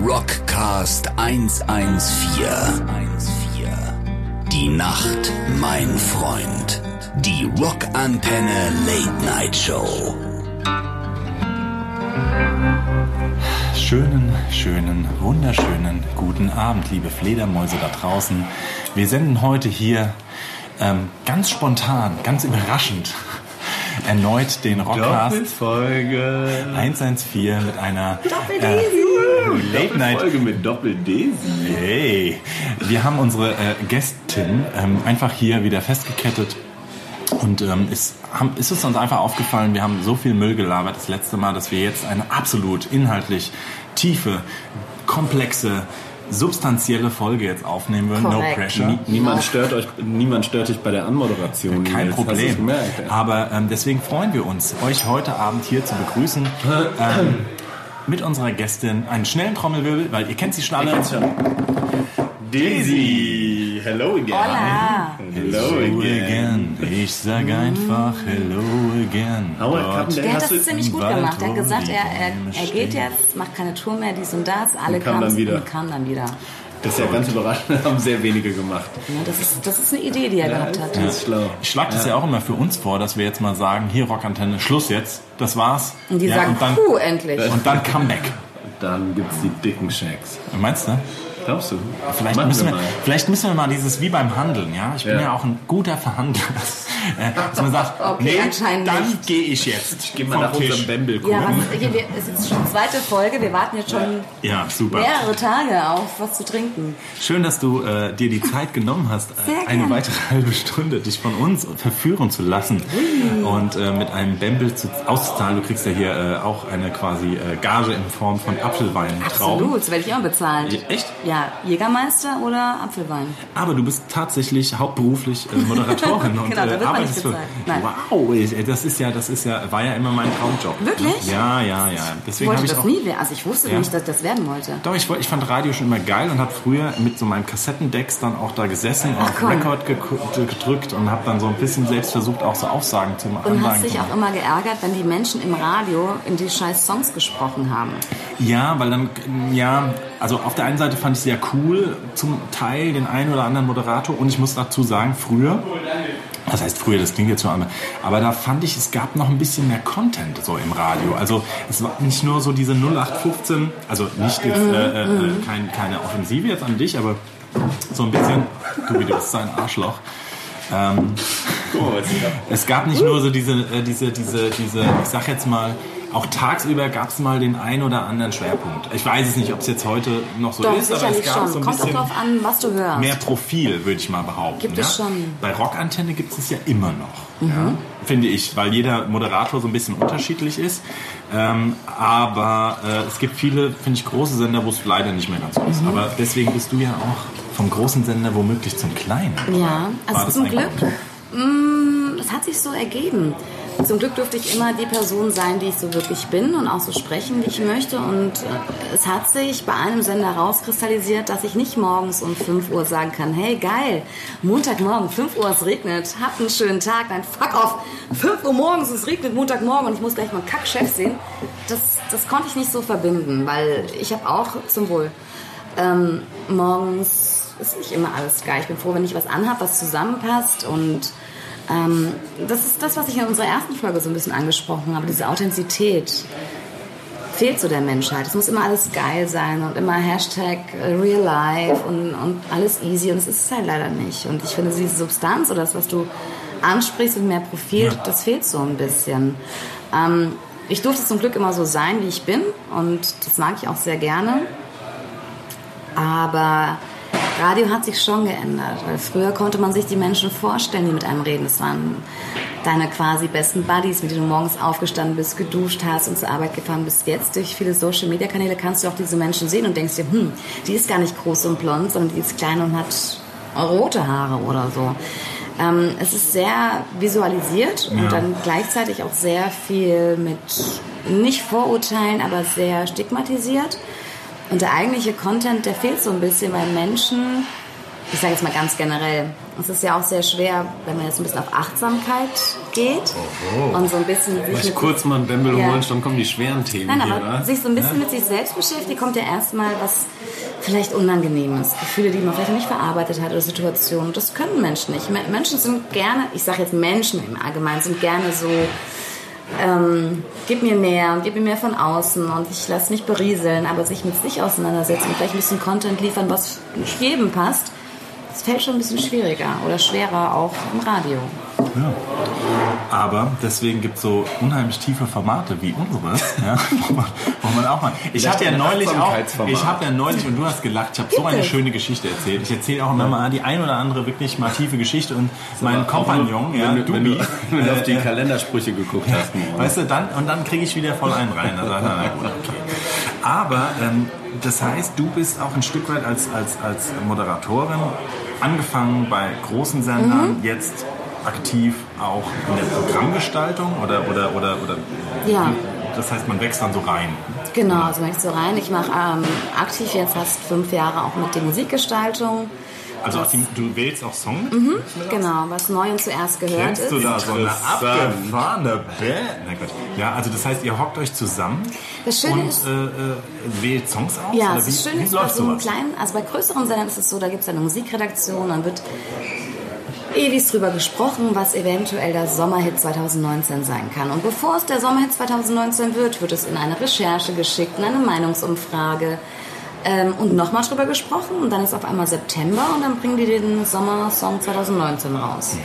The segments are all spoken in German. Rockcast 114. Die Nacht, mein Freund. Die Rockantenne Late Night Show. Schönen, schönen, wunderschönen guten Abend, liebe Fledermäuse da draußen. Wir senden heute hier ähm, ganz spontan, ganz überraschend erneut den Rockcast Doppelfolge. 114 mit einer äh, Late Night Doppelfolge mit Doppel-Desi. Hey, wir haben unsere äh, Gästin ähm, einfach hier wieder festgekettet. Und ähm, ist, haben, ist es uns einfach aufgefallen, wir haben so viel Müll gelabert das letzte Mal, dass wir jetzt eine absolut inhaltlich tiefe, komplexe, substanzielle Folge jetzt aufnehmen würden. No Korrekt. pressure. Niemand stört euch, niemand stört dich bei der Anmoderation. Kein Nils, Hast du's Problem. gemerkt, ey? Aber ähm, deswegen freuen wir uns, euch heute Abend hier zu begrüßen. Ähm, mit unserer Gästin einen schnellen Trommelwirbel, weil ihr kennt sie schon alle. Desi, hello again. Hola. Hello again. again. Ich sag einfach hello again. Äh, Howard Dort Carpenter Der hat hast du- das ziemlich gut Wald gemacht. Er hat rum, gesagt, die er, er, Bäume er stehen. geht jetzt, macht keine Tour mehr, dies und das. Alle Und kam kamen dann wieder. und kamen dann wieder. Das ist ja ganz überraschend, haben sehr wenige gemacht. Ja, Das ist, das ist eine Idee, die er gehabt hat. Das ist schlau. Ich schlag das ja. auch immer für uns vor, dass wir jetzt mal sagen, hier Rockantenne, Schluss jetzt, das war's. Und die ja, sagen, und dann, puh, endlich. und dann Comeback. Dann gibt's die dicken Shacks. Meinst du? Glaubst du? Vielleicht Machen müssen, wir, mal. vielleicht müssen wir mal dieses wie beim Handeln, ja? Ich bin Ja. ja, auch ein guter Verhandler. Äh, Dass man sagt, Okay, nee, anscheinend dann nicht. gehe ich jetzt. Geh mal vom nach unserem Tisch. Bembel gucken. Ja, was, hier, wir, es ist schon zweite Folge. Wir warten jetzt schon Ja, super. mehrere Tage auf was zu trinken. Schön, dass du äh, dir die Zeit genommen hast, äh, Sehr eine gerne. weitere halbe Stunde dich von uns verführen zu lassen und äh, mit einem Bembel zu, auszuzahlen. Du kriegst ja hier äh, auch eine quasi äh, Gage in Form von Apfelwein Absolut, das werde ich immer bezahlt. Ja, echt? Ja, Jägermeister oder Apfelwein. Aber du bist tatsächlich hauptberuflich äh, Moderatorin und Genau, da wird äh, man arbeitest nicht für. bezahlt. Nein. Wow, ey, das ist ja, das ist ja, war ja immer mein Traumjob. ne? Wirklich? Ja, ja, ja. Ich Deswegen wollte habe ich das auch nie werden. Also ich wusste Ja. nicht, dass ich das werden wollte. Doch, ich, wollt- ich fand Radio schon immer geil und habe früher mit so meinem Kassettendecks dann auch da gesessen und auf komm. Record geku- gedrückt und habe dann so ein bisschen selbst versucht, auch so Aufsagen zu machen. Und hast dich auch immer geärgert, wenn die Menschen im Radio in die scheiß Songs gesprochen haben. Ja, weil dann, ja, also auf der einen Seite fand ich es ja cool, zum Teil den einen oder anderen Moderator und ich muss dazu sagen, früher, das heißt früher, das klingt jetzt so anders, aber da fand ich, es gab noch ein bisschen mehr Content so im Radio. Also es war nicht nur so diese 0815, also nicht jetzt, äh, äh, äh, kein, keine Offensive jetzt an dich, aber so ein bisschen, du, wie du bist so ein Arschloch. Ähm, Guck mal, was ich hab. es gab nicht nur so diese, äh, diese, diese, diese, ich sag jetzt mal, auch tagsüber gab es mal den einen oder anderen Schwerpunkt. Ich weiß es nicht, ob es jetzt heute noch so Doch, ist, aber es sicherlich gab schon. so ein Kommt auch bisschen drauf an, was du hörst. mehr Profil, würde ich mal behaupten. Gibt es ja? schon. Mhm. Bei Rockantenne gibt es ja immer noch, ja? finde ich, weil jeder Moderator so ein bisschen unterschiedlich ist. Ähm, aber äh, es gibt viele, finde ich, große Sender, wo es leider nicht mehr ganz so Mhm. ist. Aber deswegen bist du ja auch vom großen Sender womöglich zum kleinen. Ja, War also das zum ein Glück. Grund? mm, Es hat sich so ergeben. Zum Glück durfte ich immer die Person sein, die ich so wirklich bin und auch so sprechen, wie ich möchte. Und äh, es hat sich bei einem Sender rauskristallisiert, dass ich nicht morgens um 5 Uhr sagen kann, hey geil, Montagmorgen, 5 Uhr, es regnet, habt einen schönen Tag. Nein, fuck off, 5 Uhr morgens, es regnet Montagmorgen und ich muss gleich meinen Kackchef sehen. Das, das konnte ich nicht so verbinden, weil ich habe auch zum Wohl ähm, morgens ist nicht immer alles geil. Ich bin froh, wenn ich was anhab, was zusammenpasst. Und ähm, das ist das, was ich in unserer ersten Folge so ein bisschen angesprochen habe. Diese Authentizität fehlt so der Menschheit. Es muss immer alles geil sein und immer Hashtag äh, Real Life und, und alles easy. Und es ist es halt leider nicht. Und ich finde, diese Substanz oder das, was du ansprichst mit mehr Profil, das fehlt so ein bisschen. Ähm, ich durfte zum Glück immer so sein, wie ich bin. Und das mag ich auch sehr gerne. Aber Radio hat sich schon geändert, weil früher konnte man sich die Menschen vorstellen, die mit einem reden. Das waren deine quasi besten Buddies, mit denen du morgens aufgestanden bist, geduscht hast und zur Arbeit gefahren bist. Jetzt durch viele Social-Media-Kanäle kannst du auch diese Menschen sehen und denkst dir, hm, die ist gar nicht groß und blond, sondern die ist klein und hat rote Haare oder so. Ähm, es ist sehr visualisiert und Ja. dann gleichzeitig auch sehr viel mit nicht Vorurteilen, aber sehr stigmatisiert. Und der eigentliche Content, der fehlt so ein bisschen, weil Menschen ich sage jetzt mal ganz generell, es ist ja auch sehr schwer, wenn man jetzt ein bisschen auf Achtsamkeit geht und so ein bisschen sich Ich mit kurz mal einen Bembel Ja. holen, dann kommen die schweren Themen Nein, hier, aber oder? sich so ein bisschen mit sich selbst beschäftigt, kommt ja erstmal was vielleicht Unangenehmes. Gefühle, die man vielleicht noch nicht verarbeitet hat oder Situationen. Das können Menschen nicht. Me- Menschen sind gerne, ich sage jetzt Menschen im Allgemeinen, sind gerne so, ähm, gib mir mehr, gib mir mehr von außen und ich lasse mich berieseln, aber sich mit sich auseinandersetzen und vielleicht ein bisschen Content liefern, was jedem passt, das fällt schon ein bisschen schwieriger oder schwerer auch im Radio. Ja. Aber deswegen gibt es so unheimlich tiefe Formate wie unseres, ja, wo, man, wo man auch mal. Ich Vielleicht hatte ja ein neulich auch, Achtsamkeitsformat. ich habe ja neulich und du hast gelacht. Ich habe so eine Bitte. schöne Geschichte erzählt. Ich erzähle auch immer mal die ein oder andere wirklich mal tiefe Geschichte und mein Aber auch nur, Kompagnon, ja, wenn, du- wenn, Dubi, du, wenn du auf die Kalendersprüche geguckt hast, morgen. Weißt du, dann, und dann kriege ich wieder voll einen rein. Also, na, na, gut, okay. Aber ähm, das heißt, du bist auch ein Stück weit als, als, als Moderatorin angefangen bei großen Sendern, Mhm. jetzt aktiv auch in der Programmgestaltung oder, oder, oder, oder Ja. das heißt, man wächst dann so rein. Genau, also möchte ich so rein. Ich mache ähm, aktiv jetzt fast fünf Jahre auch mit der Musikgestaltung. Also aus dem, du wählst auch Song mit? Genau, was neu und zuerst gehört Kennst ist. du da so eine Interessant. abgefahrene Band? Na Gott. Ja, also das heißt, ihr hockt euch zusammen Das Schöne und ist- äh, äh, wählt Songs aus? Ja, oder das ist wie, schön, wie ist bei läuft so einem sowas? kleinen, also bei größeren Sendern ist es so, da gibt es eine Musikredaktion, dann wird ewig drüber gesprochen, was eventuell der Sommerhit 2019 sein kann. Und bevor es der Sommerhit 2019 wird, wird es in eine Recherche geschickt, in eine Meinungsumfrage ähm, und nochmal drüber gesprochen und dann ist auf einmal September und dann bringen die den Sommersong 2019 raus.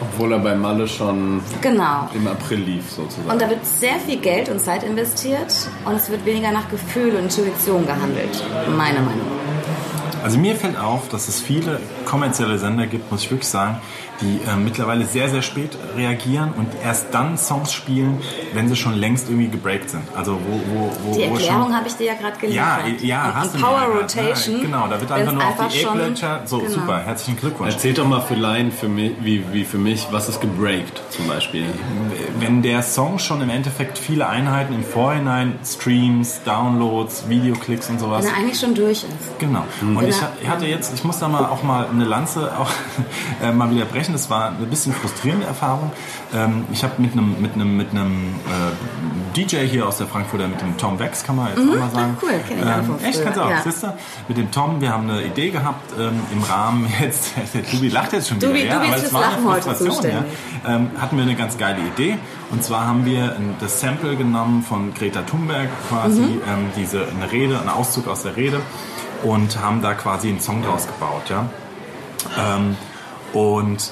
Obwohl er bei Malle schon Genau. im April lief, sozusagen. Und da wird sehr viel Geld und Zeit investiert und es wird weniger nach Gefühl und Intuition gehandelt, meiner Meinung nach. Also mir fällt auf, dass es viele kommerzielle Sender gibt, muss ich wirklich sagen, die äh, mittlerweile sehr, sehr spät reagieren und erst dann Songs spielen, wenn sie schon längst irgendwie gebreakt sind. Also wo, wo, wo, Die wo Erklärung schon, habe ich dir ja gerade ja, geliefert. ja, und, hast und du mir Power gesagt. Rotation. Ja, genau, da wird wenn's einfach nur auf die schon- E-Gletscher. So, genau. super, herzlichen Glückwunsch. Erzähl doch mal für Laien, für mich, wie, wie für mich, was ist gebreakt zum Beispiel? wenn der Song schon im Endeffekt viele Einheiten im Vorhinein, Streams, Downloads, Videoclicks und sowas. Wenn er eigentlich schon durch ist. Genau. Und ich Genau. hab- hatte jetzt, ich muss da mal auch mal eine Lanze auch äh, mal wieder brechen. Das war eine bisschen frustrierende Erfahrung. Ähm, ich habe mit einem mit einem mit einem äh, DJ hier aus der Frankfurter, mit dem Tom Wex, kann man jetzt auch mal sagen. Mhm. Ähm, cool. Kenn ich auch von echt, früher. kannst du auch. Ja. Siehst du? Mit dem Tom, wir haben eine Idee gehabt ähm, im Rahmen jetzt. Der Dubi lacht jetzt schon wieder. Dubi- ja, Dubi aber ist es fürs war eine Lachen heute Frustration. Ja zuständig. ähm, hatten wir eine ganz geile Idee. Und zwar haben wir ein- das Sample genommen von Greta Thunberg, quasi Mhm. ähm, diese eine Rede, einen Auszug aus der Rede und haben da quasi einen Song draus gebaut, ja. Ähm, und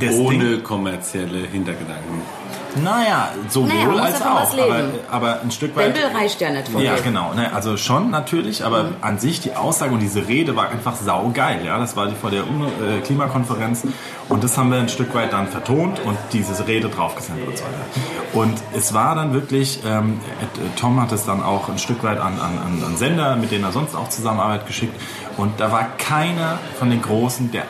das Ding, Ohne kommerzielle Hintergedanken. naja, sowohl Naja, man muss als davon auch, was leben. aber, aber ein Stück weit Bändel reicht ja nicht von ja, dir. genau. Ne, also schon natürlich, aber an sich die Aussage und diese Rede war einfach saugeil. Ja? Das war die vor der UNO, äh, Klimakonferenz und das haben wir ein Stück weit dann vertont und diese Rede draufgesendet und so weiter. Und es war dann wirklich, ähm, äh, Tom hat es dann auch ein Stück weit an, an, an, an Sender, mit denen er sonst auch Zusammenarbeit geschickt und da war keiner von den Großen, der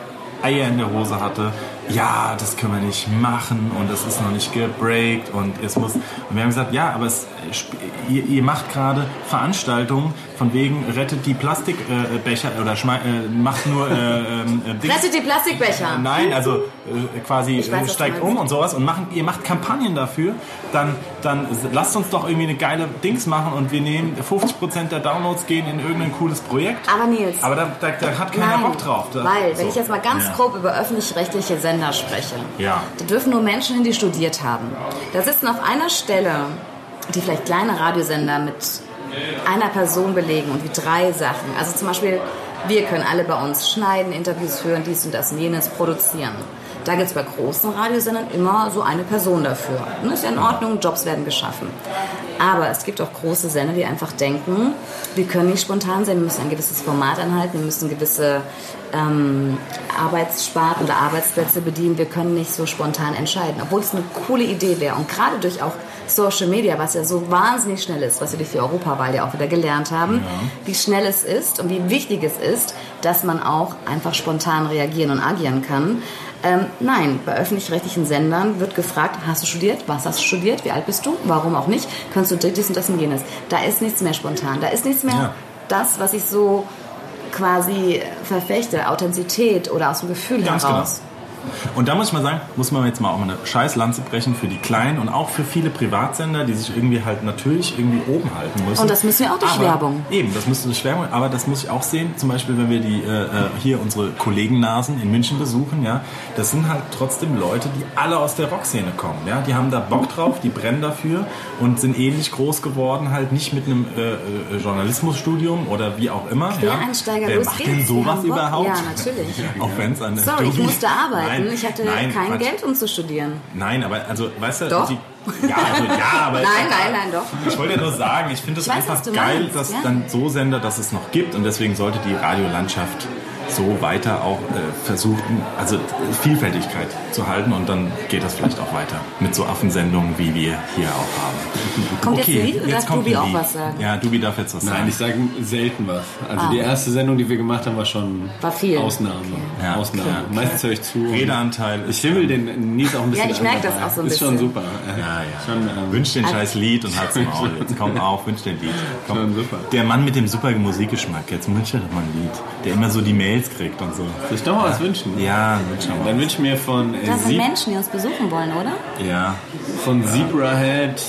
Eier in der Hose hatte, ja, das können wir nicht machen und es ist noch nicht gebreakt und es muss. Und wir haben gesagt, ja, aber es, sp- ihr, ihr macht gerade Veranstaltungen von wegen rettet die Plastikbecher äh, Becher oder schmei- äh, macht nur äh, ähm, äh, Dings. Rettet die Plastikbecher. Nein, also äh, quasi Ich weiß, äh, was steigt du meinst. um und sowas und machen, ihr macht Kampagnen dafür, dann, dann lasst uns doch irgendwie eine geile Dings machen und wir nehmen 50% der Downloads gehen in irgendein cooles Projekt. Aber Nils, Aber da, da, da hat keiner nein, Bock drauf. Da, weil, wenn so. ich jetzt mal ganz Ja. grob über öffentlich-rechtliche Sender spreche, Ja. da dürfen nur Menschen hin, die studiert haben. Da sitzen auf einer Stelle, die vielleicht kleine Radiosender mit einer Person belegen und wie drei Sachen. Also zum Beispiel, wir können alle bei uns schneiden, Interviews führen, dies und das und jenes produzieren. Da gibt es bei großen Radiosendern immer so eine Person dafür. Und ist ja in Ordnung, Jobs werden geschaffen. Aber es gibt auch große Sender, die einfach denken, wir können nicht spontan sein, wir müssen ein gewisses Format anhalten, wir müssen gewisse ähm, Arbeitssparten oder Arbeitsplätze bedienen, wir können nicht so spontan entscheiden, obwohl es eine coole Idee wäre. Und gerade durch auch Social Media, was ja so wahnsinnig schnell ist, was wir durch die Europawahl ja auch wieder gelernt haben, wie schnell es ist und wie wichtig es ist, dass man auch einfach spontan reagieren und agieren kann. Ähm, nein, bei öffentlich-rechtlichen Sendern wird gefragt, hast du studiert, was hast du studiert, wie alt bist du, warum auch nicht, kannst du dies und das und jenes. Da ist nichts mehr spontan, da ist nichts mehr Ja. das, was ich so quasi verfechte, Authentizität oder aus dem Gefühl Ganz heraus. genau. Und da muss ich mal sagen, muss man jetzt mal auch mal eine scheiß Lanze brechen für die Kleinen und auch für viele Privatsender, die sich irgendwie halt natürlich irgendwie oben halten müssen. Und das müssen wir auch durch aber, Werbung. Eben, das müssen wir durch Werbung, aber das muss ich auch sehen, zum Beispiel, wenn wir die, äh, äh, hier unsere Kollegennasen in München besuchen, ja, das sind halt trotzdem Leute, die alle aus der Rockszene kommen, ja, die haben da Bock drauf, die brennen dafür und sind ähnlich groß geworden, halt nicht mit einem äh, äh, Journalismusstudium oder wie auch immer. Ja. Quereinsteiger, Wer los macht geht's, denn wir haben sowas Bock. überhaupt? Ja, natürlich. Auch wenn es an der Sorry, ich Studie- musste arbeiten. Nein, ich hatte nein, kein Quatsch. Geld, um zu studieren. Nein, aber also, weißt du, Doch. die- ja, also, ja, aber Nein, nein, nein, doch. ich wollte ja nur sagen, ich finde es Ich weiß, einfach was du geil, meinst, dass ja. dann so Sender, dass es noch gibt und deswegen sollte die Radiolandschaft so weiter auch äh, versuchen, also äh, Vielfältigkeit zu halten und dann geht das vielleicht auch weiter mit so Affensendungen, wie wir hier auch haben. Kommt jetzt ein Lied oder darf kommt Dubi ein auch Lied. was sagen? Ja, Dubi darf jetzt was Nein, sagen. ich sage selten was. Also die erste Sendung, die wir gemacht haben, war schon Ah. War viel. Ausnahme. Ja, Ausnahme. klar. Meistens höre ich zu. und Redeanteil. Ich himmel den Nies auch ein bisschen ich an merk das dabei. auch so ein Ist schon bisschen. super. Ja, ja. Schon, ähm, wünsch den scheiß Lied und halt's Maul. Jetzt komm auf, wünsch den Lied. Komm. Schon super. Der Mann mit dem super Musikgeschmack, jetzt wünsch dir doch mal ein Lied. Der immer so die Mails kriegt und so. Soll ich doch mal was wünschen? Ja, wünsch doch mal. Dann wünsche ich mir von, äh, Das sind Sieb, Menschen, die uns besuchen wollen, oder? Ja. von Zebrahead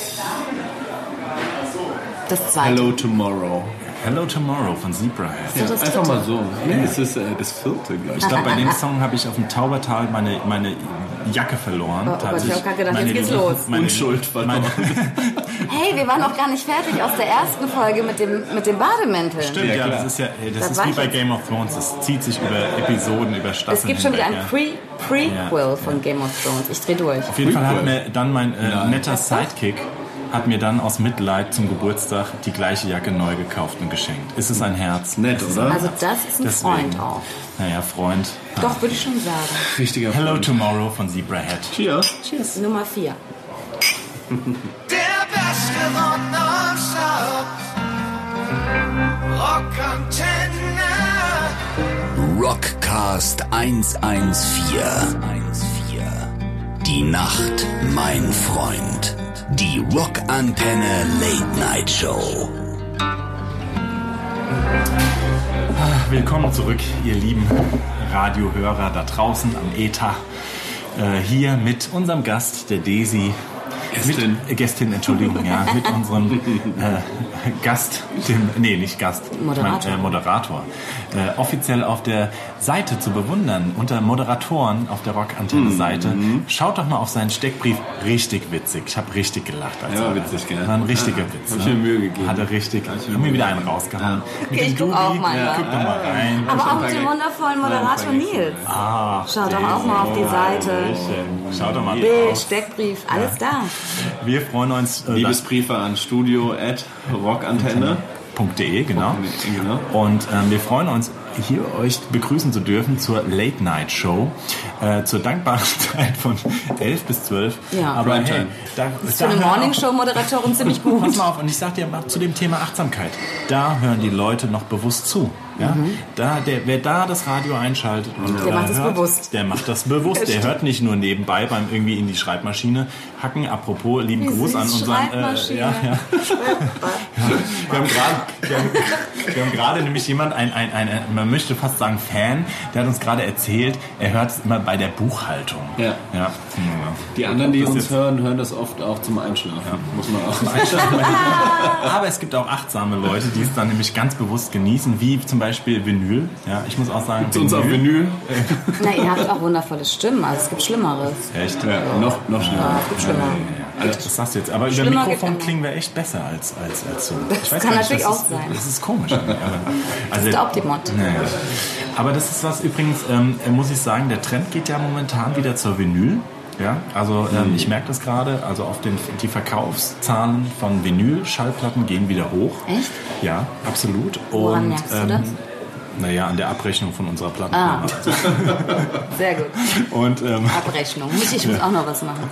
Das zweite. Hello Tomorrow. Hello Tomorrow von Zebrahead. Ja, das einfach dritte? mal so. Nee, es ist äh, das vierte, glaube ich. Ich glaube, bei dem Song habe ich auf dem Taubertal meine, meine Jacke verloren. Oh, oh Gott, ich habe tatsächlich. gerade gedacht, jetzt Meine- geht's los. Meine Unschuld verloren. Hey, wir waren noch gar nicht fertig aus der ersten Folge mit dem, mit dem Bademäntel. Stimmt, ja, Ja, klar. das ist ja, äh, das Das ist war wie ich bei jetzt. Game of Thrones. Das zieht sich über Episoden, über Staffeln. Es gibt schon wieder hinweg, ein ja. Pre Prequel Ja, von Game of Thrones. Ich dreh durch. Auf jeden Fall hat Prequel. mir dann mein äh, Nein. netter Sidekick hat mir dann aus Mitleid zum Geburtstag die gleiche Jacke neu gekauft und geschenkt. Ist es ein Herz? Nett, Es ist oder? ein Also Herz. das ist ein Freund auch. Naja, Freund. Doch, würde ich schon sagen. Richtiger Hello Freund. Tomorrow von Zebrahead. Cheers. Nummer 4. Der Beste von Nonstop. Rock Antenne. Rockcast 114. Die Nacht, mein Freund. Die Rockantenne Late Night Show. Willkommen zurück, ihr lieben Radiohörer da draußen am ETA. Äh, hier mit unserem Gast, der Desi. Gästin. Mit, äh, Gästin, Entschuldigung, ja. Mit unserem äh, Gast, dem, nee, nicht Gast, ich Moderator. äh, Moderator. Äh, offiziell auf der Seite zu bewundern, unter Moderatoren auf der Rockantenne-Seite. Mhm. Schaut doch mal auf seinen Steckbrief. Richtig witzig. Ich habe richtig gelacht. Als Ja, er- witzig, gell? War ein richtiger Ja, Witz. ne? hab ich mir Mühe gegeben. Hat er richtig. Hab ich Haben mir wir Mühe wieder einen gegeben. rausgehauen. Mit Okay, dem ich guck Dubi. auch mal Ja, nach. guck doch mal Ah. rein. Aber auch mit vergessen. dem wundervollen Moderator Nein, vergessen. Nils. Schaut doch auch mal auf die Seite. Schaut doch mal Bild, drauf. Steckbrief, alles da. Wir freuen uns. Äh, Liebesbriefe an studio at rockantenne. .de, genau. Genau. Und ähm, wir freuen uns, hier euch begrüßen zu dürfen zur Late Night Show, äh, zur dankbaren Zeit von 11 bis 12. Ja. aber hey, Primetime. da, das Für eine Morningshow-Moderatorin ziemlich Pass gut. mal auf, und ich sag dir mal zu dem Thema Achtsamkeit, da hören die Leute noch bewusst zu. Ja? Da, der, wer da das Radio einschaltet, und Mhm. Der da macht es hört, bewusst. Der macht das bewusst. der hört nicht nur nebenbei beim irgendwie in die Schreibmaschine hacken. Apropos, lieben Gruß an unseren. Äh, Schreibmaschine. ja, ja. Wir haben gerade, wir haben, wir haben gerade nämlich jemand, ein, ein, ein, ein, man möchte fast sagen Fan, der hat uns gerade erzählt, er hört es immer bei der Buchhaltung. Ja. ja. Die anderen, die Das uns jetzt- hören, hören das oft auch zum Einschlafen. Muss man auch Aber es gibt auch achtsame Leute, die es dann nämlich ganz bewusst genießen, wie zum Beispiel Vinyl. Ja, ich muss auch sagen, zu uns auf Menü. Na, ihr habt auch wundervolle Stimmen, also es gibt Schlimmeres. Echt? Ja, noch, noch schneller. Es gibt Schlimmeres. Also, das sagst du jetzt. Aber über Schlimmer Mikrofon geht's klingen wir echt besser als, als, als so. Das kann gar natürlich das auch ist, sein. Das ist komisch. irgendwie, aber- Also, ist der Optimot. Naja. Aber das ist was übrigens, ähm, muss ich sagen, der Trend geht ja momentan wieder zur Vinyl. Ja, also Mhm. ähm, ich merke das gerade, also auf den, die Verkaufszahlen von Vinyl-Schallplatten gehen wieder hoch. Echt? Ja, absolut. Woran Und, merkst du ähm, das? Naja, an der Abrechnung von unserer Platten. Ah. Sehr gut. Und ähm, Abrechnung. Michi, Ich muss auch noch was machen.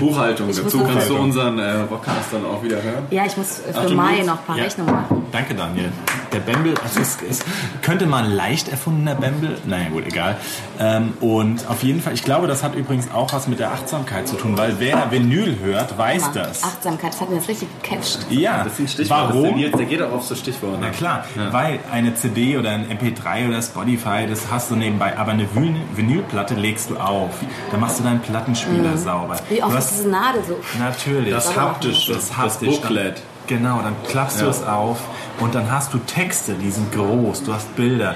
Buchhaltung. muss Dazu kannst du Buchhaltung. unseren äh, Rockcast dann auch wieder hören. Ja, ich muss für du Mai musst? noch ein paar Ja. Rechnungen machen. Danke, Daniel. Der Bembel, also es, es könnte mal ein leicht erfundener Bembel, naja gut, egal. Ähm, und auf jeden Fall, ich glaube, das hat übrigens auch was mit der Achtsamkeit zu tun, weil wer Vinyl hört, weiß das. Achtsamkeit, das hat mir jetzt richtig gecatcht. Ja, Das sind Stichworte. Das sind warum? jetzt, der geht auch auf so Stichworte. Na klar, weil eine CD oder ein MP3 oder Spotify, das hast du nebenbei, aber eine Vinyl Vinylplatte legst du auf. Da machst du deinen Plattenspieler sauber. Mhm. Wie oft du ist hast, diese Nadel so? natürlich. Das haptische, das, haptisch. Booklet. Dann, genau, dann klappst du Ja. es auf und dann hast du Texte, die sind groß, du hast Bilder.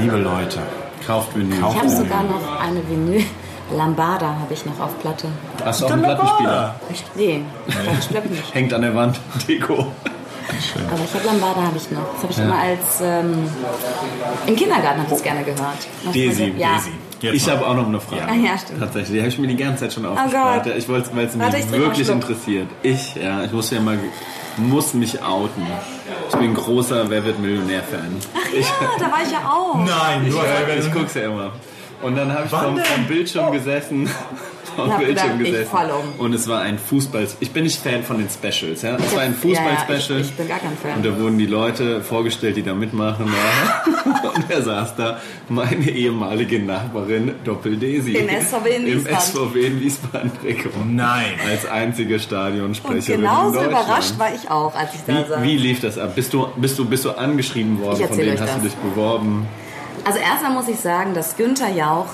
Liebe Leute, Kauft Vinyl. Kauft Ich habe Oh. sogar noch eine Vinyl. Lambada habe ich noch auf Platte. Hast du auch einen Plattenspieler? Nee, ich glaube nicht. Hängt an der Wand. Deko. Aber ich habe Lambada habe ich noch. Das habe ich immer als ähm, im Kindergarten habe ich es gerne gehört. Daisy, ja. Daisy. Jetzt Ich mal. habe auch noch eine Frage. Ah ja, stimmt. Oh Tatsächlich, die habe ich mir die ganze Zeit schon Gott. aufgespart. ich wollte es, weil es mich Warte, ich trinke wirklich einen Schluck. interessiert. Ich, ja, ich muss ja mal, muss mich outen. Ich bin ein großer Wer wird Millionär-Fan. Ich, Ah, da war ich ja auch. Nein, nur ich guck's ja immer. Und dann habe ich vom, vom Bildschirm gesessen. Vom hab Bildschirm gedacht, ich gesessen. fall um. Und es war ein Fußball. Ich bin nicht Fan von den Specials, ja. Es war ein Ja, ja, Fußball-Special. ich- ich bin gar kein Fan. Und da wurden die Leute vorgestellt, die da mitmachen. Ja. Und er saß da, meine ehemalige Nachbarin Doppel-Desi. Im SVW in Im Wiesbaden. SVW in Wiesbaden. Rico. Nein. Als einzige Stadionsprecherin. Und genauso in Deutschland. überrascht war ich auch, als ich da Wie, saß. wie lief das ab? Bist du, bist du, bist du angeschrieben worden? Ich Von erzähl denen euch hast du das. dich beworben? Also erstmal muss ich sagen, dass Günther Jauch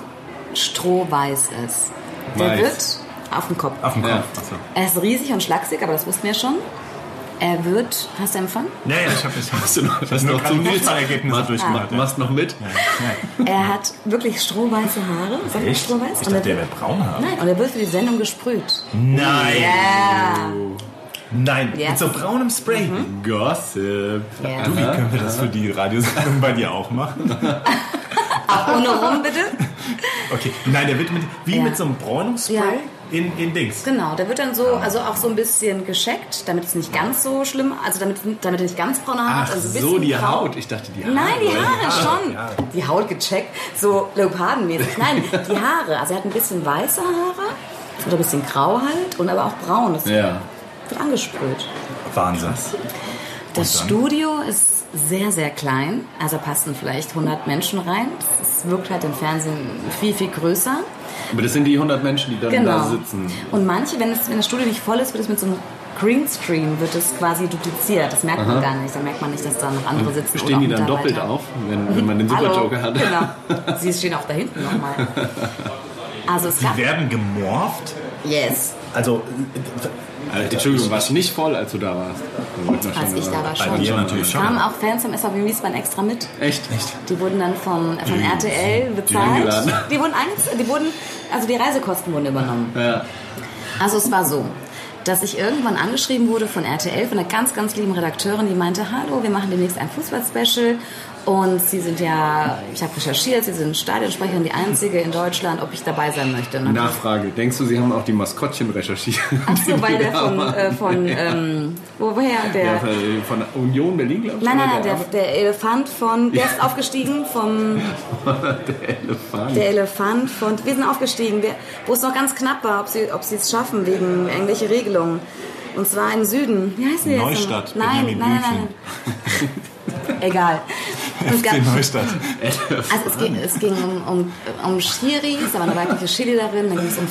strohweiß ist. Der Weiß. wird auf den Kopf. Auf dem Kopf. Ja. Achso. Er ist riesig und schlaksig, aber das wussten wir schon. Er wird, hast du Empfang? Ja, ja, ich habe das. Hast du noch, hast nur noch gerade zum die Fußballergebnis Fußballergebnisse Ah. durchgemacht, ja. Machst noch mit? Er hat wirklich strohweiße Haare. Sagt man Echt? Strohweiß? Ich Und er- dachte, der wäre braun haben. Nein, und er wird für die Sendung gesprüht. Nein. Hm. Ja. Nein, Ja. Mhm. mit so braunem Spray. Gossip. Ja. Du, wie können wir das für die Radiosendung bei dir auch machen? Auch ohne rum, bitte. Okay, nein, der wird mit, wie Ja. mit so einem Bräunungsspray Ja. in, in Dings. Genau, der wird dann so, also auch so ein bisschen gescheckt, damit es nicht ganz so schlimm, also damit, damit er nicht ganz braune Haare Ach, hat. Also ein so bisschen die grau. Haut. Ich dachte, die Haut. Nein, die Haare schon. Haare. Die Haut gecheckt, so leopardenmäßig. Nein, die Haare. Also er hat ein bisschen weiße Haare oder ein bisschen grau halt und aber auch braun. Das Ja. wird angesprüht. Wahnsinn. Das dann? Studio ist sehr, sehr klein. Also passen vielleicht 100 Menschen rein. Es wirkt halt im Fernsehen viel, viel größer. Aber das sind die 100 Menschen, die dann da Genau. sitzen. Und manche, wenn, es, wenn das Studio nicht voll ist, wird es mit so einem Greenscreen wird es quasi dupliziert. Das merkt man gar nicht. Da merkt man nicht, dass da noch andere sitzen. Stehen die oder auch dann doppelt Mitarbeiter. auf, wenn, wenn man den Super Hallo. Joker hat? Genau. Sie stehen auch da hinten nochmal. Also es gab. Die werden gemorpht? Yes. Also, Äh, Entschuldigung, warst du nicht voll, als du da warst? Als ich da war bei schon. mir natürlich schon. Kamen auch Fans vom SVW Wiesbaden extra mit. Echt? Echt? Die wurden dann vom, von RTL bezahlt. eingeladen. Die, wurden eingez- die wurden, also die Reisekosten wurden übernommen. Also es war so, dass ich irgendwann angeschrieben wurde von RTL, von einer ganz, ganz lieben Redakteurin, die meinte, hallo, wir machen demnächst ein Fußballspecial. Und sie sind ja, ich habe recherchiert, sie sind Stadionsprecherin, die einzige in Deutschland, ob ich dabei sein möchte. Und dann Nachfrage. Denkst du, sie haben auch die Maskottchen recherchiert? Ach so, weil der von, äh, von ähm, wo, woher der? Ja, von von Union Berlin, glaube ich. nein, nein, nein, oder der, der Elefant von, wer ist aufgestiegen? Vom, der, der Elefant. der Elefant von, wir sind aufgestiegen, wir, wo es noch ganz knapp war, ob sie ob sie es schaffen wegen irgendwelche Regelungen. Und zwar im Süden. Wie heißen die jetzt Neustadt, nochmal? Nein, Benjamin nein, nein, nein. Egal. Und Es, gab, FC Neustadt. also es, ging, es ging um, um, um Schiris, aber eine weibliche Schiri-Lerin, dann ging es um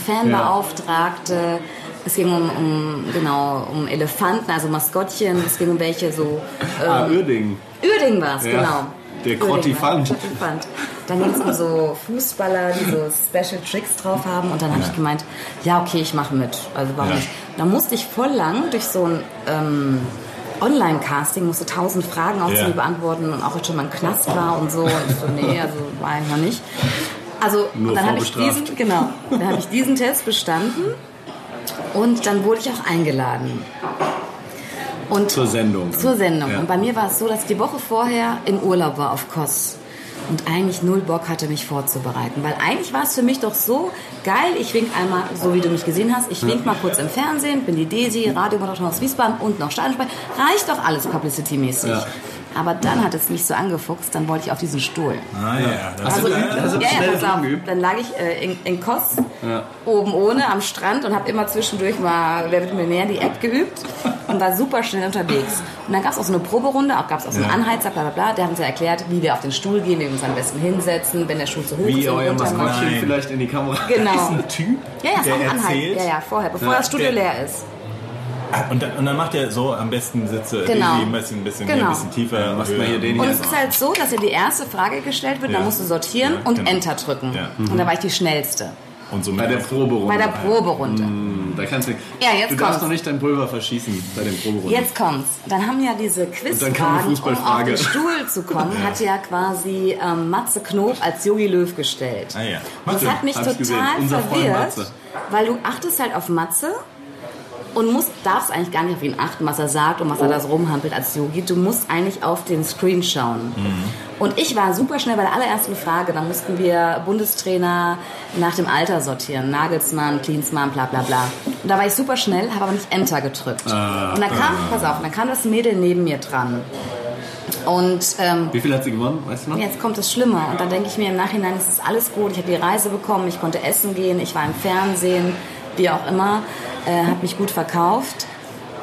Fanbeauftragte, es ging um, um, genau, um Elefanten, also Maskottchen, es ging um welche so... Ah, Uerding. Uerding war es, Ja, genau. der Uerding Krottifant. war's, Krottifant. Dann ging es um so Fußballer, die so Special Tricks drauf haben. Und dann habe ich gemeint, ja, okay, ich mache mit. Also warum Ja. nicht? Da musste ich voll lang durch so ein ähm, Online-Casting, musste tausend Fragen auch zu Ja. mir beantworten und auch als schon mal im Knast war und so. Und ich so, nee, also war ich noch nicht. Also Nur dann habe ich vorbestraft. diesen, genau, dann habe ich diesen Test bestanden und dann wurde ich auch eingeladen. Und Zur Sendung. zur Sendung. Ja. Und bei mir war es so, dass ich die Woche vorher im Urlaub war auf Kos und eigentlich null Bock hatte, mich vorzubereiten. Weil eigentlich war es für mich doch so geil, ich wink einmal, so wie du mich gesehen hast, ich wink mal kurz im Fernsehen, bin die Desi, Radiomoderatorin aus Wiesbaden und noch Stadionsprecher. Reicht doch alles publicity-mäßig. Ja. Aber dann hat es mich so angefuchst, dann wollte ich auf diesen Stuhl. Ah, ja. Das Also, du geübt? Hast du ja, schnell ja, pass auf. rumgeübt? Dann lag ich äh, in, in Kos, oben ohne, am Strand und habe immer zwischendurch mal Wer wird Millionär, die App geübt und war super schnell unterwegs. Und dann gab es auch so eine Proberunde, auch gab es auch so einen Ja. Anheizer, bla bla bla. Der hat uns ja erklärt, wie wir auf den Stuhl gehen, wie wir uns am besten hinsetzen, wenn der Schuh zu hoch Wie ist. und euer runter muss. Maskottchen Nein. vielleicht in die Kamera. ist Genau. ein Typ, Ja, ja, ist der auch ein erzählt. Anhalt. Ja, ja, vorher, bevor das Studio der- leer ist. Ah, Und, dann, und dann macht er so am besten Sitze Genau. irgendwie ein bisschen, ein bisschen, Genau. ein bisschen tiefer. Ja, machst höher. mal hier den Und Ja, es ist halt so, dass dir die erste Frage gestellt wird, Ja. dann musst du sortieren Ja, und genau. Enter drücken. Ja. Und da war ich die schnellste. Und so Bei der Bei Proberunde. der Proberunde. Da kannst du, Ja, jetzt du darfst kommt's. noch nicht dein Pulver verschießen bei den Proberunden. Jetzt kommt's. Dann haben ja diese dann kam eine Quizfragen, um auf Fußballfrage. den Stuhl zu kommen, hat ja quasi ähm, Matze Knob als Yogi Löw gestellt. Ah ja. Und das Matze, hat mich hab's total gesehen. Unser Freund verwirrt, Matze. weil du achtest halt auf Matze und musst, darfst eigentlich gar nicht auf ihn achten, was er sagt und was er Oh. da so rumhampelt als Yogi. Du musst eigentlich auf den Screen schauen. Mhm. Und ich war super schnell bei der allerersten Frage. Da mussten wir Bundestrainer nach dem Alter sortieren. Nagelsmann, Klinsmann, bla bla bla. Und da war ich super schnell, habe aber nicht Enter gedrückt. Ah, und dann kam, pass auf, dann kam das Mädel neben mir dran. Und ähm, Wie viel hat sie gewonnen, weißt du noch? Jetzt kommt das Schlimme. Und dann denke ich mir im Nachhinein, es ist alles gut. Ich habe die Reise bekommen, ich konnte essen gehen, ich war im Fernsehen, wie auch immer, äh, habe mich gut verkauft.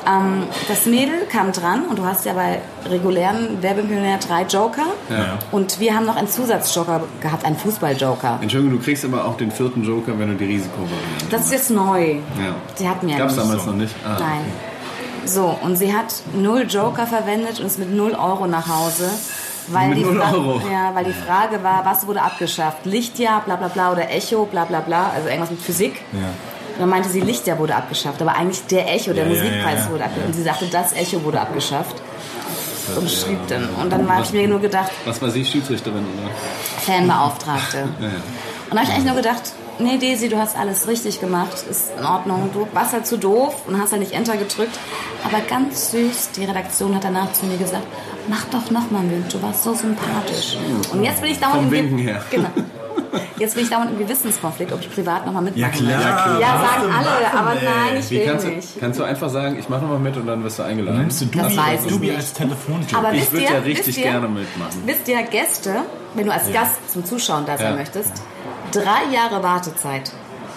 Ähm, das Mädel kam dran und du hast ja bei regulären Werbemillionär drei Joker. Ja. Und wir haben noch einen Zusatzjoker gehabt, einen Fußballjoker. Entschuldigung, du kriegst aber auch den vierten Joker, wenn du die Risikovariante Das ist jetzt neu. Ja. Die hatten ja Gab's nicht damals so. noch nicht? Ah, Nein. So, und sie hat null Joker verwendet und ist mit null Euro nach Hause. Weil Mit die null Fra- Euro? Ja, weil die Frage war, was wurde abgeschafft? Lichtjahr, bla bla bla oder Echo, bla bla bla, also irgendwas mit Physik. Ja. Und dann meinte sie, Lichtjahr wurde abgeschafft, aber eigentlich der Echo, der Ja, ja, Musikpreis ja, ja. wurde abgeschafft. Und sie sagte, das Echo wurde abgeschafft. Und schrieb dann. Und dann habe ich mir nur gedacht, Was war sie, Schiedsrichterin? Oder? Fanbeauftragte. Und da habe ich eigentlich nur gedacht, nee Daisy, du hast alles richtig gemacht, ist in Ordnung. Du warst halt zu doof und hast halt nicht Enter gedrückt. Aber ganz süß, die Redaktion hat danach zu mir gesagt, mach doch nochmal mit, du warst so sympathisch. Und jetzt bin ich dauernd Vom im Ge- Winken her. Genau. Jetzt bin ich dauernd im Gewissenskonflikt, ob ich privat nochmal Ja, mitmachen klar. möchte. Ja, Ja, was sagen denn alle, machen, aber ey? nein, ich Wie will kannst, nicht. du, kannst du einfach sagen, ich mache nochmal mit und dann wirst du eingeladen? Nimmst du Dubi, weiß ich Dubi nicht. als Telefonjoker? Aber Ich wisst würd ihr- ja richtig wisst ihr, gerne mitmachen. Wisst ihr, Gäste, wenn du als Gast zum Zuschauen da sein Ja. möchtest, drei Jahre Wartezeit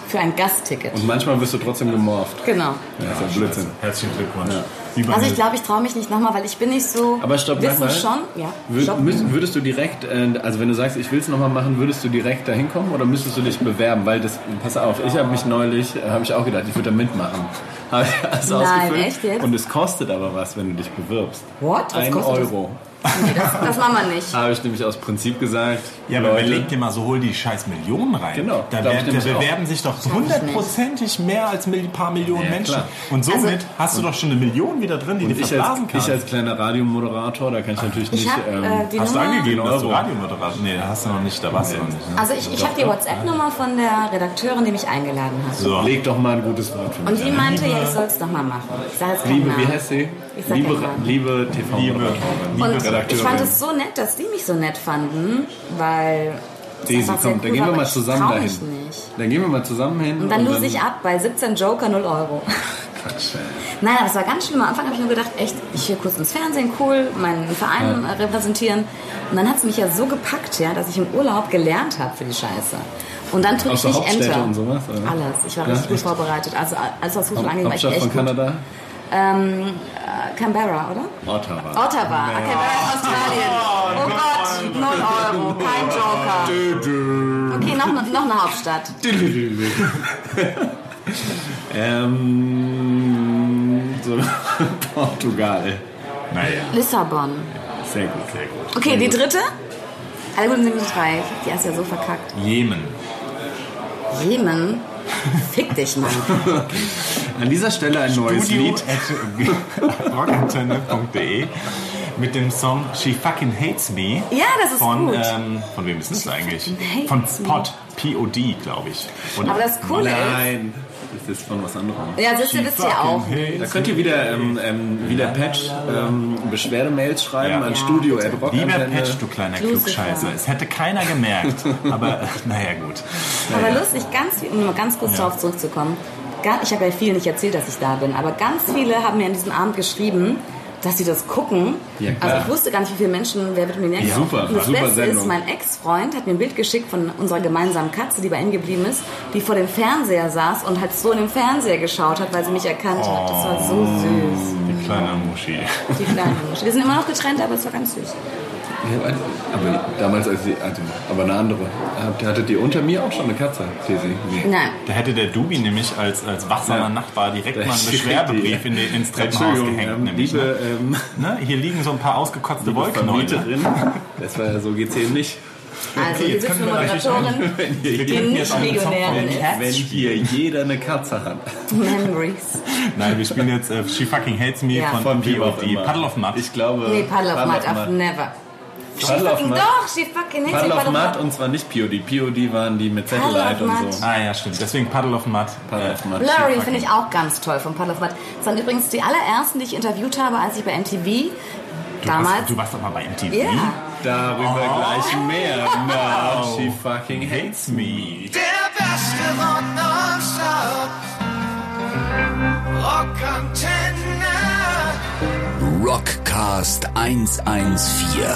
für ein Gastticket. Und manchmal wirst du trotzdem gemorpht. Genau. Ja, das ist ja Blödsinn. Herzlichen Glückwunsch. Wie bei Also mir. ich glaube, ich traue mich nicht nochmal, weil ich bin nicht so Aber stopp, sag wissen mal. schon. Ja, Wür stopp. müssen, würdest du direkt, äh, also wenn du sagst, ich will es nochmal machen, würdest du direkt da hinkommen oder müsstest du dich bewerben? Weil das, pass auf, ich habe mich neulich, äh, habe ich auch gedacht, ich würde da mitmachen. Habe ich alles Nein, ausgefüllt. echt jetzt? Und es kostet aber was, wenn du dich bewirbst. What? Was Ein kostet das? Euro. Ah, Nee, das, das machen wir nicht. Habe ich nämlich aus Prinzip gesagt. ja, aber Leute, überleg dir mal, so hol die scheiß Millionen rein. Genau, Da, glaub ich werden, da nämlich auch. bewerben sich doch hundertprozentig mehr als ein paar Millionen Ja, Menschen. klar. Und somit Also- hast du doch schon eine Million wieder drin, die du ich als, verblasen kannst. ich als kleiner Radiomoderator, da kann ich natürlich nicht. hab, ähm, äh, die- hast du Nummer- angegeben, dass du Euro. Radiomoderator Nee, da hast du noch nicht, da warst du noch nicht. Ne? Also ich, ich habe die WhatsApp-Nummer von der Redakteurin, die mich eingeladen hat. So. leg doch mal ein gutes Wort für mich. Und die meinte, ja, ich soll es nochmal machen. Ich sage jetzt keinen Liebe, wie Namen. heißt sie? Ich sag Liebe, keinen Namen. liebe tv Liebe, liebe Und ich Redakteurin. fand es so nett, dass die mich so nett fanden, weil... es Daisy, einfach komm, sehr da cool gehen war, wir aber mal ich zusammen trau dahin. mich nicht. Dann gehen wir mal zusammen hin. Und dann lose ich ab bei 17 Joker 0 Euro. Quatsch, ey. Nein, aber es war ganz schlimm. Am Anfang habe ich nur gedacht, echt, ich will kurz ins Fernsehen, cool, meinen Verein äh, repräsentieren. Und dann hat es mich ja so gepackt, ja, dass ich im Urlaub gelernt habe für die Scheiße. Und dann drücke Aus ich der nicht Hauptstädte Enter. und sowas, oder? Alles. Ich war Ja, richtig gut echt? vorbereitet. Also alles, was Fußball angeht, war ich Hauptstadt echt von gut. Kanada? Ähm, äh, Canberra, oder? Ottawa. Ottawa. Canberra in Australien. Oh Gott, 0 Euro, kein Joker. Okay, noch, noch eine Hauptstadt. ähm, so, Portugal. Naja, Lissabon. Sehr gut, sehr gut. Okay, die dritte? Alle guten Dinge sind drei. Die hast ja so verkackt. Jemen. Jemen? Fick dich, Mann. An dieser Stelle ein neues Lied. studio.rockantenne.de mit dem Song She Fucking Hates Me. Ja, das ist von, gut. Ähm, von wem ist das eigentlich? fucking Von hates me. Pod, P.O.D., glaube ich. Und Aber das Coole ist... Nein, das ist von was anderem. Ja, das wisst ihr auch. Da könnt ihr wieder, ähm, ähm, wieder Patch ähm, Beschwerdemails schreiben Ja. an Ja, studio at Lieber rockantenne. Patch, du kleiner Lucifer. Klugscheißer. Es hätte keiner gemerkt. Aber äh, naja, gut. Aber lustig, ganz viel, um mal ganz kurz darauf zurückzukommen. Gar- Ich habe ja vielen nicht erzählt, dass ich da bin, aber ganz viele haben mir an diesem Abend geschrieben, dass sie das gucken. Ja, klar. also ich wusste gar nicht, wie viele Menschen wer wird Millionär Ja, super, Und das super Beste Sendung. ist, mein Ex-Freund hat mir ein Bild geschickt von unserer gemeinsamen Katze, die bei ihm geblieben ist, die vor dem Fernseher saß und halt so in den Fernseher geschaut hat, weil sie mich erkannt hat. Das war so Oh. süß. Die kleine Muschi. Die kleine Muschel. Wir sind immer noch getrennt, aber es war ganz süß. Ja, also, aber damals, als sie, also, aber eine andere. Habt- Hattet ihr unter mir auch schon eine Katze, Tesi? Nee. Nein. Da hätte der Dubi nämlich als, als wachsamer Ja. Nachbar direkt mal einen Ich- Beschwerdebrief in den, ins Treppenhaus Entschuldigung, gehängt. ähm, nämlich, liebe, ähm, ne? Hier liegen so ein paar ausgekotzte liebe Wollknäuel. Vermieterin, das war ja so geht's hier nicht. Also die jetzt sitzende können wir natürlich Moderatorin, Wir die können jetzt nicht einen Legionärin Zopf- ist. Wenn hier jeder eine Katze hat. Memories. Nein, wir spielen jetzt äh, She Fucking Hates Me Ja. von, Von wem auch POD. immer. Paddle of Mud. Ich glaube. Nee, Paddle of Mud, I've Mud. never. Paddle of Mud. Doch, she fucking hates Paddle me, of Paddle Mud und zwar nicht POD. POD waren die mit Paddle of Satellite und Mud. so. ah ja, stimmt. Deswegen Paddle of Mud. Paddle of Mud. Blurry Fucking- finde ich auch ganz toll von Paddle of Mud. Das waren übrigens die allerersten, die ich interviewt habe, als ich bei MTV Du damals. Warst, du warst doch mal bei MTV. ja. Darüber Oh. gleich mehr. No, she fucking hates me. Der Beste von nonstop. Rock Antenne. Rockcast 114.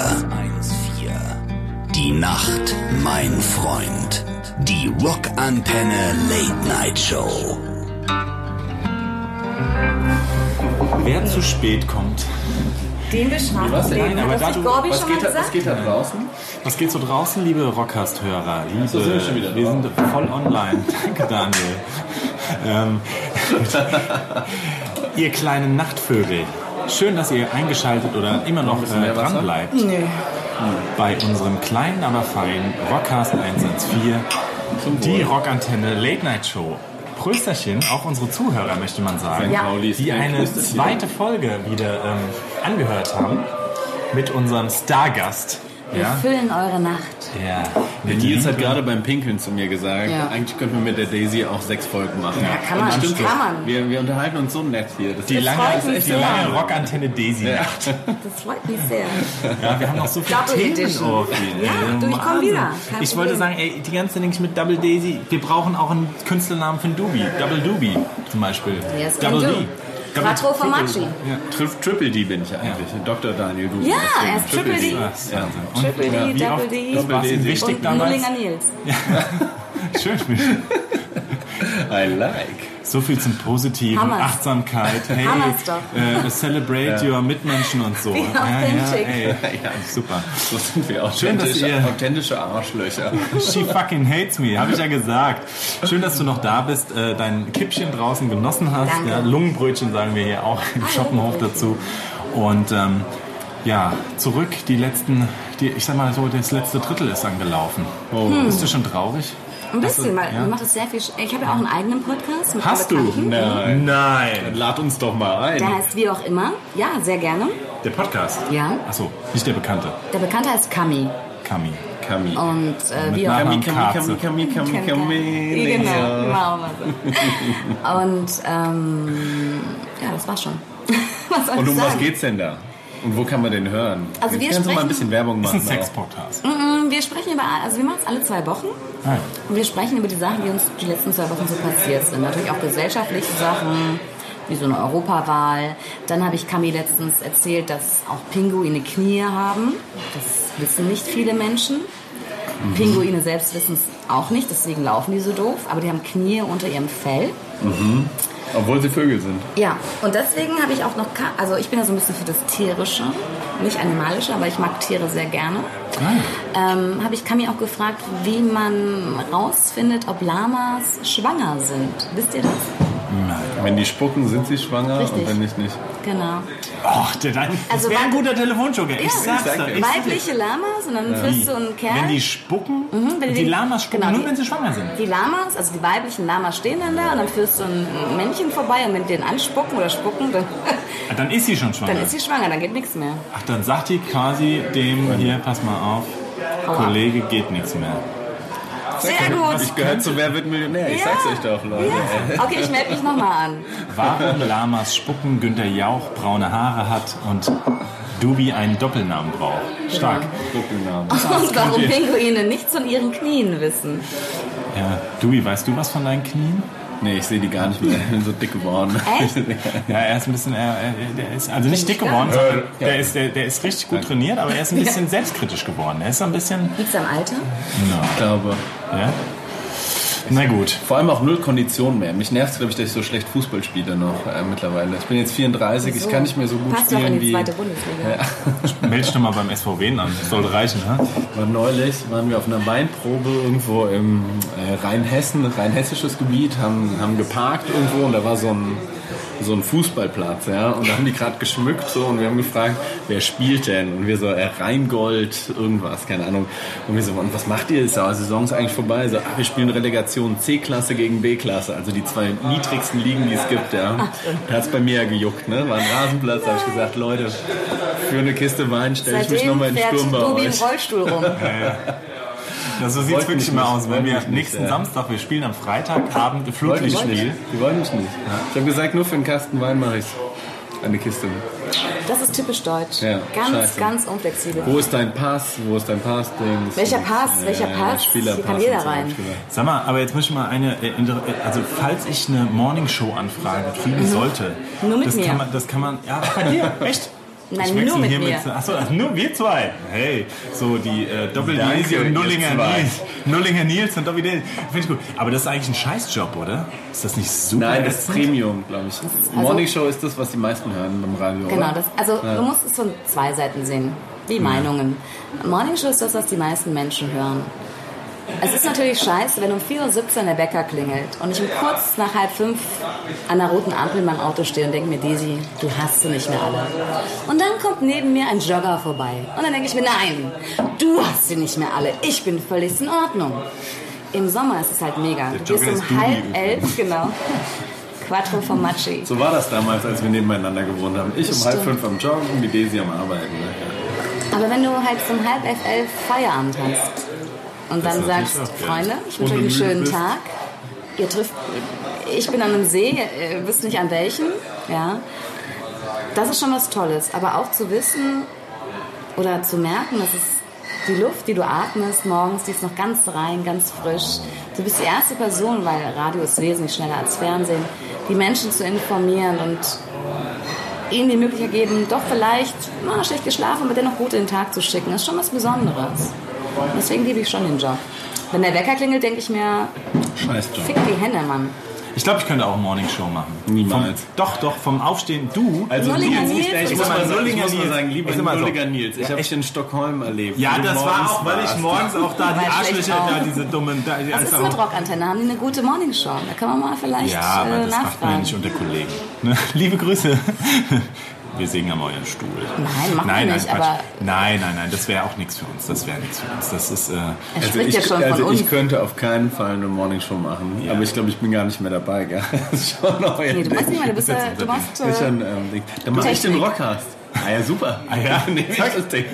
Die Nacht, mein Freund. Die Rockantenne Late Night Show. Wer zu spät kommt. Den denn? bestraft den. Nein, aber Hat da das du- nicht Gorbi Was schon mal geht, da, gesagt? was geht da draußen? Was geht so draußen, liebe Rockcast-Hörer? Liebe, so, sind wir schon wieder wir drauf. sind voll online. Danke, Daniel. ähm, ihr kleinen Nachtvögel, schön, dass ihr eingeschaltet oder immer noch bisschen äh, mehr Wasser? dran bleibt. Bei unserem kleinen, aber feinen Rockcast 114, Zum die Wohl. Rockantenne Late Night Show. Prösterchen, auch unsere Zuhörer, möchte man sagen, Ja. Pauli ist die kein eine Prösterchen. zweite Folge wieder ähm, angehört haben mit unserem Stargast. Wir Ja? füllen eure Nacht. Ja. Der Nils hat gerade beim Pinkeln zu mir gesagt, Ja. eigentlich könnten wir mit der Daisy auch sechs Folgen machen. Ja, kann man, Und stimmt, kann man. Wir, wir unterhalten uns so nett hier. Das die ist- lange, freut das ist mich echt die sehr. lange Rockantenne Daisy. Ja. Das freut mich sehr. wir haben noch so viele Double Themen Edition. auf. Ja, du, ich komm wieder. Kein Ich wollte Problem. sagen, ey, die ganze Ding mit Double Daisy, wir brauchen auch einen Künstlernamen für einen Doobie. Double Doobie zum Beispiel. Yes, can Double do. D. Double Quattro Formaggi. Tri- Triple D bin ich eigentlich. Dr. Daniel, du. Ja, deswegen er ist Triple D. Das ist Wahnsinn. Und Triple D, wie oft- Double D. Das war ihm Double D. wichtig Und damals. Nulinger Nils. Schön. I like. So viel zum Positiven, Hammer's. Achtsamkeit. Hey, Hammer's doch. äh, celebrate your Mitmenschen und so. Wie authentic. ey. Ja. Super. So sind wir auch. Schön, dass Authentische- ihr- authentische Arschlöcher. She fucking hates me, habe ich ja gesagt. Schön, dass du noch da bist, äh, dein Kippchen draußen genossen hast. Danke. Ja, Ah, Lungenbrötchen sagen wir hier auch im Schoppenhof dazu. Und ähm, ja, zurück, die letzten, die, ich sag mal so, das letzte Drittel ist angelaufen. Oh. Hm. Bist du schon traurig? Ein bisschen, weil ja. mir macht das sehr viel. Sch- Ich habe ja auch einen eigenen Podcast. Mit Hast du? Ne. Bekannten. Nein. Nein. Lad uns doch mal Der ein. heißt wie auch immer. Ja, sehr gerne. Der Podcast? Ja. Achso, nicht der Bekannte, Der Bekannte heißt Kami. Kami. Kami. Und äh, wie auch Nachnamen. Kami, Kami, Kami, Kami, Kami, Kami. Genau, genau. also. Und ähm, ja, das war's schon. was soll Und ich um sagen? was geht's denn da? Und wo kann man den hören? Also Jetzt wir kannst du mal ein sprechen- bisschen Werbung Ist ein machen. auch. Sex-Podcast. Mm, Wir sprechen über, also wir machen es alle zwei Wochen. Ah, ja. Und wir sprechen über die Sachen, die uns die letzten zwei Wochen so passiert sind. Natürlich auch gesellschaftliche Sachen, wie so eine Europawahl. Dann habe ich Kami letztens erzählt, dass auch Pinguine Knie haben. Das wissen nicht viele Menschen. Mhm. Pinguine selbst wissen es auch nicht, deswegen laufen die so doof. Aber die haben Knie unter ihrem Fell. Obwohl sie Vögel sind. Ja, und deswegen habe ich auch noch, ka- also ich bin ja so ein bisschen für das Tierische, nicht animalische, aber ich mag Tiere sehr gerne. Ähm, habe ich Kami auch gefragt, wie man rausfindet, ob Lamas schwanger sind. Wisst ihr das? Wenn die spucken, sind sie schwanger Richtig. und wenn nicht, nicht. Genau. Och, der, das Also wäre ein wei- guter Telefonjoker. Ich sag's danke. dir. Ich sag's dir. Weibliche Lamas und dann Wie? kriegst du einen Kerl. Mhm, Wenn die spucken, wenn die die den- Lamas spucken genau, nur, die- wenn sie schwanger sind. Die Lamas, also die weiblichen Lamas stehen dann da und dann führst du ein Männchen vorbei und wenn die den anspucken oder spucken, dann, Ah, Dann ist sie schon schwanger. dann ist sie schwanger, dann geht nichts mehr. Ach, dann sagt die quasi dem, hier, pass mal auf, Hau ab. Kollege, geht nichts mehr. Sehr gut. Ich gehöre zu Wer wird Millionär? Ich Ja. sag's euch doch, Leute. Ja. Okay, ich melde mich nochmal an. Warum Lamas spucken, Günter Jauch braune Haare hat und Dubi einen Doppelnamen braucht? Genau. Stark. Doppelnamen. Und warum Pinguine nichts von ihren Knien wissen. Ja. Dubi, weißt du was von deinen Knien? Nee, ich sehe die gar nicht mehr. Ich bin so dick geworden. Echt? Ja, er ist ein bisschen, er, er, der ist also nicht dick geworden, sondern der ist, der, der ist richtig gut trainiert, aber er ist ein bisschen selbstkritisch geworden. Er ist ein bisschen, Liegt am Alter? Ich glaube. ja. Na gut. Vor allem auch null Kondition mehr. Mich nervt glaube ich, dass ich so schlecht Fußball spiele noch äh, mittlerweile. Ich bin jetzt 34, ich kann nicht mehr so gut Passt noch spielen in die wie. zweite Bundesliga. Meld dich doch mal beim SVW an. Das sollte reichen, ne? Aber neulich waren wir auf einer Weinprobe irgendwo im äh, Rheinhessen, rheinhessisches Gebiet, haben, haben geparkt irgendwo und da war so ein, so ein Fußballplatz, ja. Und da haben die gerade geschmückt so und wir haben gefragt, wer spielt denn? Und wir so, äh, Rheingold, irgendwas, keine Ahnung. Und wir so, und was macht ihr? Ist ja, Saison ist eigentlich vorbei. So, ah, wir spielen Relegation C-Klasse gegen B-Klasse, also die zwei niedrigsten Ligen, die es gibt, ja. Da hat's bei mir ja gejuckt, ne? War ein Rasenplatz, da habe ich gesagt, Leute, für eine Kiste Wein stelle ich mich Seitdem nochmal in den fährt Sturm bei Tobi im euch. Rollstuhl rum. Das, so sieht Wollte es wirklich mich immer nicht, aus. Wenn wollte wir mich nicht, nächsten ja. Samstag, wir spielen am Freitagabend Wollte ich Flutlichtspiel. nicht. Die wollen mich nicht. Ich habe gesagt, nur für einen Kasten Wein mache ich eine Kiste. Das ist typisch deutsch. Ja, ganz, scheiße. ganz unflexibel. Wo ist dein Pass? Wo ist dein Pass-Ding? Welcher Pass? Welcher Pass? Hier kann jeder rein. Sag mal, aber jetzt möchte ich mal eine, äh, inter- äh, also falls ich eine Morningshow-Anfrage kriegen sollte, Mhm. Nur mit das mir. kann man, das kann man, ja, bei dir, echt? Nein, ich nur wechsle mit hier mir. Mit, achso, nur wir zwei. Hey, so die äh, Doppel Danke, Daisy und ihr Nullinger zwei. Nils. Nullinger Nils und Doppel Daisy. Finde ich gut. Aber das ist eigentlich ein Scheißjob, oder? Ist das nicht super? Nein, das ist Premium, glaube ich. Morning Show ist das, was die meisten hören beim Radio. Genau, oder? das, also man muss es von zwei Seiten sehen. Die Meinungen. Morning Show ist das, was die meisten Menschen hören. Es ist natürlich scheiße, wenn um 4.17 Uhr der Bäcker klingelt und ich um kurz nach halb fünf an der roten Ampel in meinem Auto stehe und denke mir, Daisy, du hast sie nicht mehr alle. Und dann kommt neben mir ein Jogger vorbei. Und dann denke ich mir, nein, du hast sie nicht mehr alle. Ich bin völlig in Ordnung. Im Sommer ist es halt mega. Du Jogger gehst um ist Dubi halb übrigens. elf, genau. Quattro Formaggi. So war das damals, als wir nebeneinander gewohnt haben. Ich um halb Stimmt. fünf am Joggen, die Daisy am Arbeiten. ne? Aber wenn du halt um halb elf, elf Feierabend hast und dann ist natürlich sagst, auch geil. Freunde, ich wünsche euch einen Und du müde schönen bist. Tag. Ihr trifft, ich bin an einem See, ihr wisst nicht an welchem, ja. Das ist schon was Tolles, aber auch zu wissen oder zu merken, dass es die Luft, die du atmest morgens, die ist noch ganz rein, ganz frisch. Du bist die erste Person, weil Radio ist wesentlich schneller als Fernsehen, die Menschen zu informieren und ihnen die Möglichkeit geben, doch vielleicht na, schlecht geschlafen, aber dennoch gut in den Tag zu schicken. Das ist schon was Besonderes. Deswegen liebe ich schon den Job. Wenn der Wecker klingelt, denke ich mir, Scheiß Job. fick die Hände, Mann. Ich glaube, ich könnte auch Morningshow machen. Niemals. Vom, doch, doch, vom Aufstehen. Du. Also Nullinger Nils, ich, Nils ich, und muss so. mal sagen, ich Nullinger muss mal Nils. sagen, Ich lieber sag mal so. Nulliger Nils, ich habe dich in Stockholm erlebt. ja, wie du das war morgens auch, weil ich warst. morgens auch da die War schlecht Arschlöcher, drauf. da diese dummen. Da, die Was ist mit Rockantenne? Haben die eine gute Morningshow? Da kann man mal vielleicht Ja, aber äh, das macht man ja nachfragen. nicht unter Kollegen. Ne? Liebe Grüße. Wir singen am euren Stuhl. nein, Nein, machen wir nein, nicht, Quatsch. aber- nein, nein, nein, das wäre auch nichts für uns. Das wäre nichts für uns. Das ist. Äh, er Also spricht ich, ja schon also von uns. ich könnte auf keinen Fall eine Morningshow machen, aber ich glaube, ich bin gar nicht mehr dabei. Gell? Das ist schon euer nee, du Ding. machst nicht mal, du bist ja, du machst, Das ist äh, schon, ähm, Ding. Dann mache ich den Technik. Rockcast. Ah ja, super. Ah ja. nehme ich das Ding.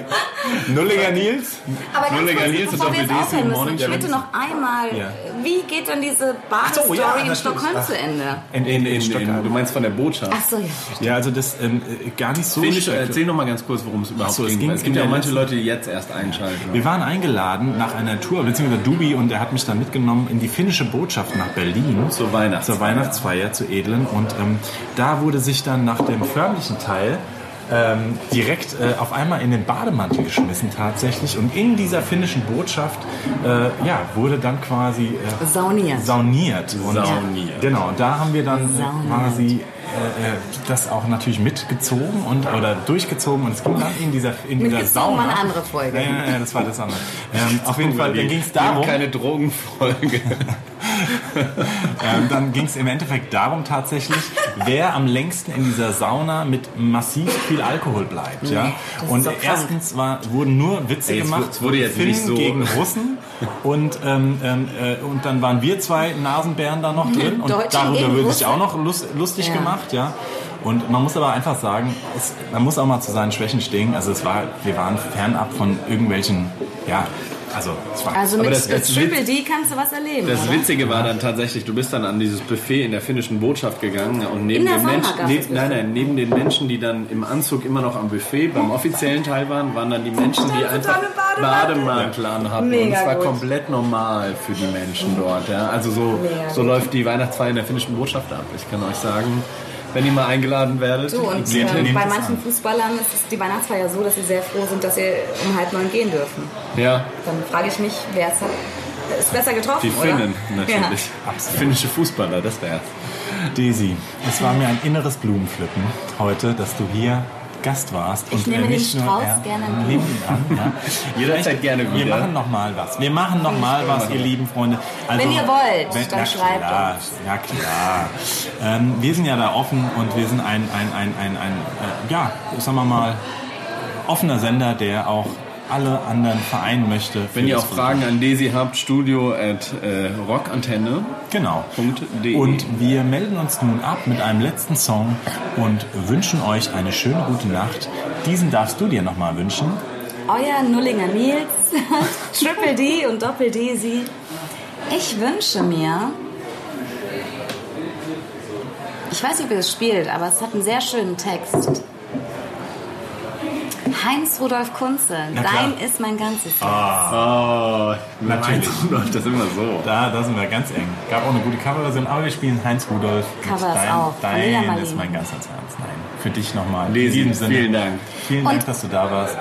Nullinger Nils? aber nur ganz legalisiert kurz, bevor und wir jetzt auf aufhören Morning müssen, ich Show. bitte noch einmal, Ja. wie geht denn diese Ach so, Bar-Story ja, in natürlich. Stockholm Ach. zu Ende? In, In, in, in, du meinst von der Botschaft. Ach so, ja. Ja, also das ähm, äh, gar nicht so. Finish, schlecht. erzähl noch mal ganz kurz, worum es überhaupt so, es ging. ging weil es gibt in ja der manche letzten- Leute, die jetzt erst einschalten. Wir waren eingeladen nach einer Tour, beziehungsweise Dubi und er hat mich dann mitgenommen in die finnische Botschaft nach Berlin. Zur Weihnachtsfeier. Zur Weihnachtsfeier, zu Edlen. Und ähm, da wurde sich dann nach dem förmlichen Teil ähm, direkt äh, auf einmal in den Bademantel geschmissen tatsächlich. Und in dieser finnischen Botschaft äh, ja, wurde dann quasi äh, Sauniert. sauniert. Und, Sauniert. Genau, und da haben wir dann Sauniert. äh, quasi äh, äh, das auch natürlich mitgezogen und oder durchgezogen. Und es ging dann in dieser, in dieser Mitgezogen war Sauna. eine andere Folge. Ja, ja, ja, das war das andere. Ähm, auf jeden Fall, dann ging es Wir haben darum, keine Drogenfolge. ähm, dann ging es im Endeffekt darum tatsächlich, wer am längsten in dieser Sauna mit massiv viel Alkohol bleibt. Ja? Und erstens war, wurden nur Witze Ey, jetzt gemacht, wu- es wurde jetzt Finnen nicht so- gegen Russen und, ähm, ähm, äh, und dann waren wir zwei Nasenbären da noch drin und Deutschen darüber gegen wurde sich Russen. auch noch lust, lustig Ja. gemacht. Ja? Und man muss aber einfach sagen, es, man muss auch mal zu seinen Schwächen stehen. Also es war, wir waren fernab von irgendwelchen ja, Also, es war Also mit, das- mit das Triple D kannst du was erleben. Das oder? Witzige war dann tatsächlich, du bist dann an dieses Buffet in der finnischen Botschaft gegangen und neben In der den Sauna Menschen, gab es neben, Buffet. nein, nein, neben den Menschen, die dann im Anzug immer noch am Buffet beim offiziellen Teil waren, waren dann die Menschen, die einfach Bademantel anhatten. Und Mega es war gut. komplett normal für die Menschen dort. Ja? Also so, Mega so gut. läuft die Weihnachtsfeier in der finnischen Botschaft ab. Ich kann euch sagen, wenn ihr mal eingeladen werdet, So, und Nehmt- äh, nehmt bei es manchen an. Fußballern ist es die Weihnachtsfeier so, dass sie sehr froh sind, dass sie um halb neun gehen dürfen. ja, Dann frage ich mich, wer ist, ist besser getroffen, die oder? Finnen natürlich. Finnische Fußballer, das wär's. Daisy, es war mir ein inneres Blumenpflücken heute, dass du hier Gast warst. Ich nehme äh, den nicht nur- Strauß ja, gerne nimm mit. ihn an. Ja. Jederzeit gerne Wir wieder. machen noch mal was. Wir machen noch mal was, ihr lieben Freunde. Also, Wenn ihr wollt, dann na schreibt klar, uns. Na klar. Ähm, wir sind ja da offen und wir sind ein, ein, ein, ein, ein äh, ja, sagen wir mal, offener Sender, der auch alle anderen vereinen möchte. für Wenn ihr das auch Fußball. Fragen an Desi habt, studio at äh, rockantenne. Genau. .de. Und wir melden uns nun ab mit einem letzten Song und wünschen euch eine schöne gute Nacht. Diesen darfst du dir nochmal wünschen. Euer Nullinger Nils, Triple D und Doppel Daisy. Ich wünsche mir, ich weiß nicht, ob ihr das spielt, aber es hat einen sehr schönen Text. Heinz Rudolf Kunze, Na klar. dein ist mein ganzes Leben. Oh, natürlich. läuft das immer so. Da, da sind wir ganz eng. Gab auch eine gute Coverversion, aber wir spielen Heinz Rudolf. mit Cover ist dein, auch. Lena Dein Marlin. ist mein ganzes Herz. Nein, für dich nochmal. In Lesi, diesem Sinne. vielen Dank. Vielen Dank, Und- dass du da warst.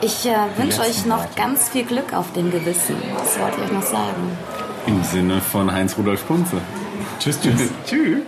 Ich äh, wünsche euch letzten noch Worte. ganz viel Glück auf dem Gewissen. Das wollte ich euch noch sagen. Im Sinne von Heinz Rudolf Kunze. Tschüss, tschüss. Tschüss.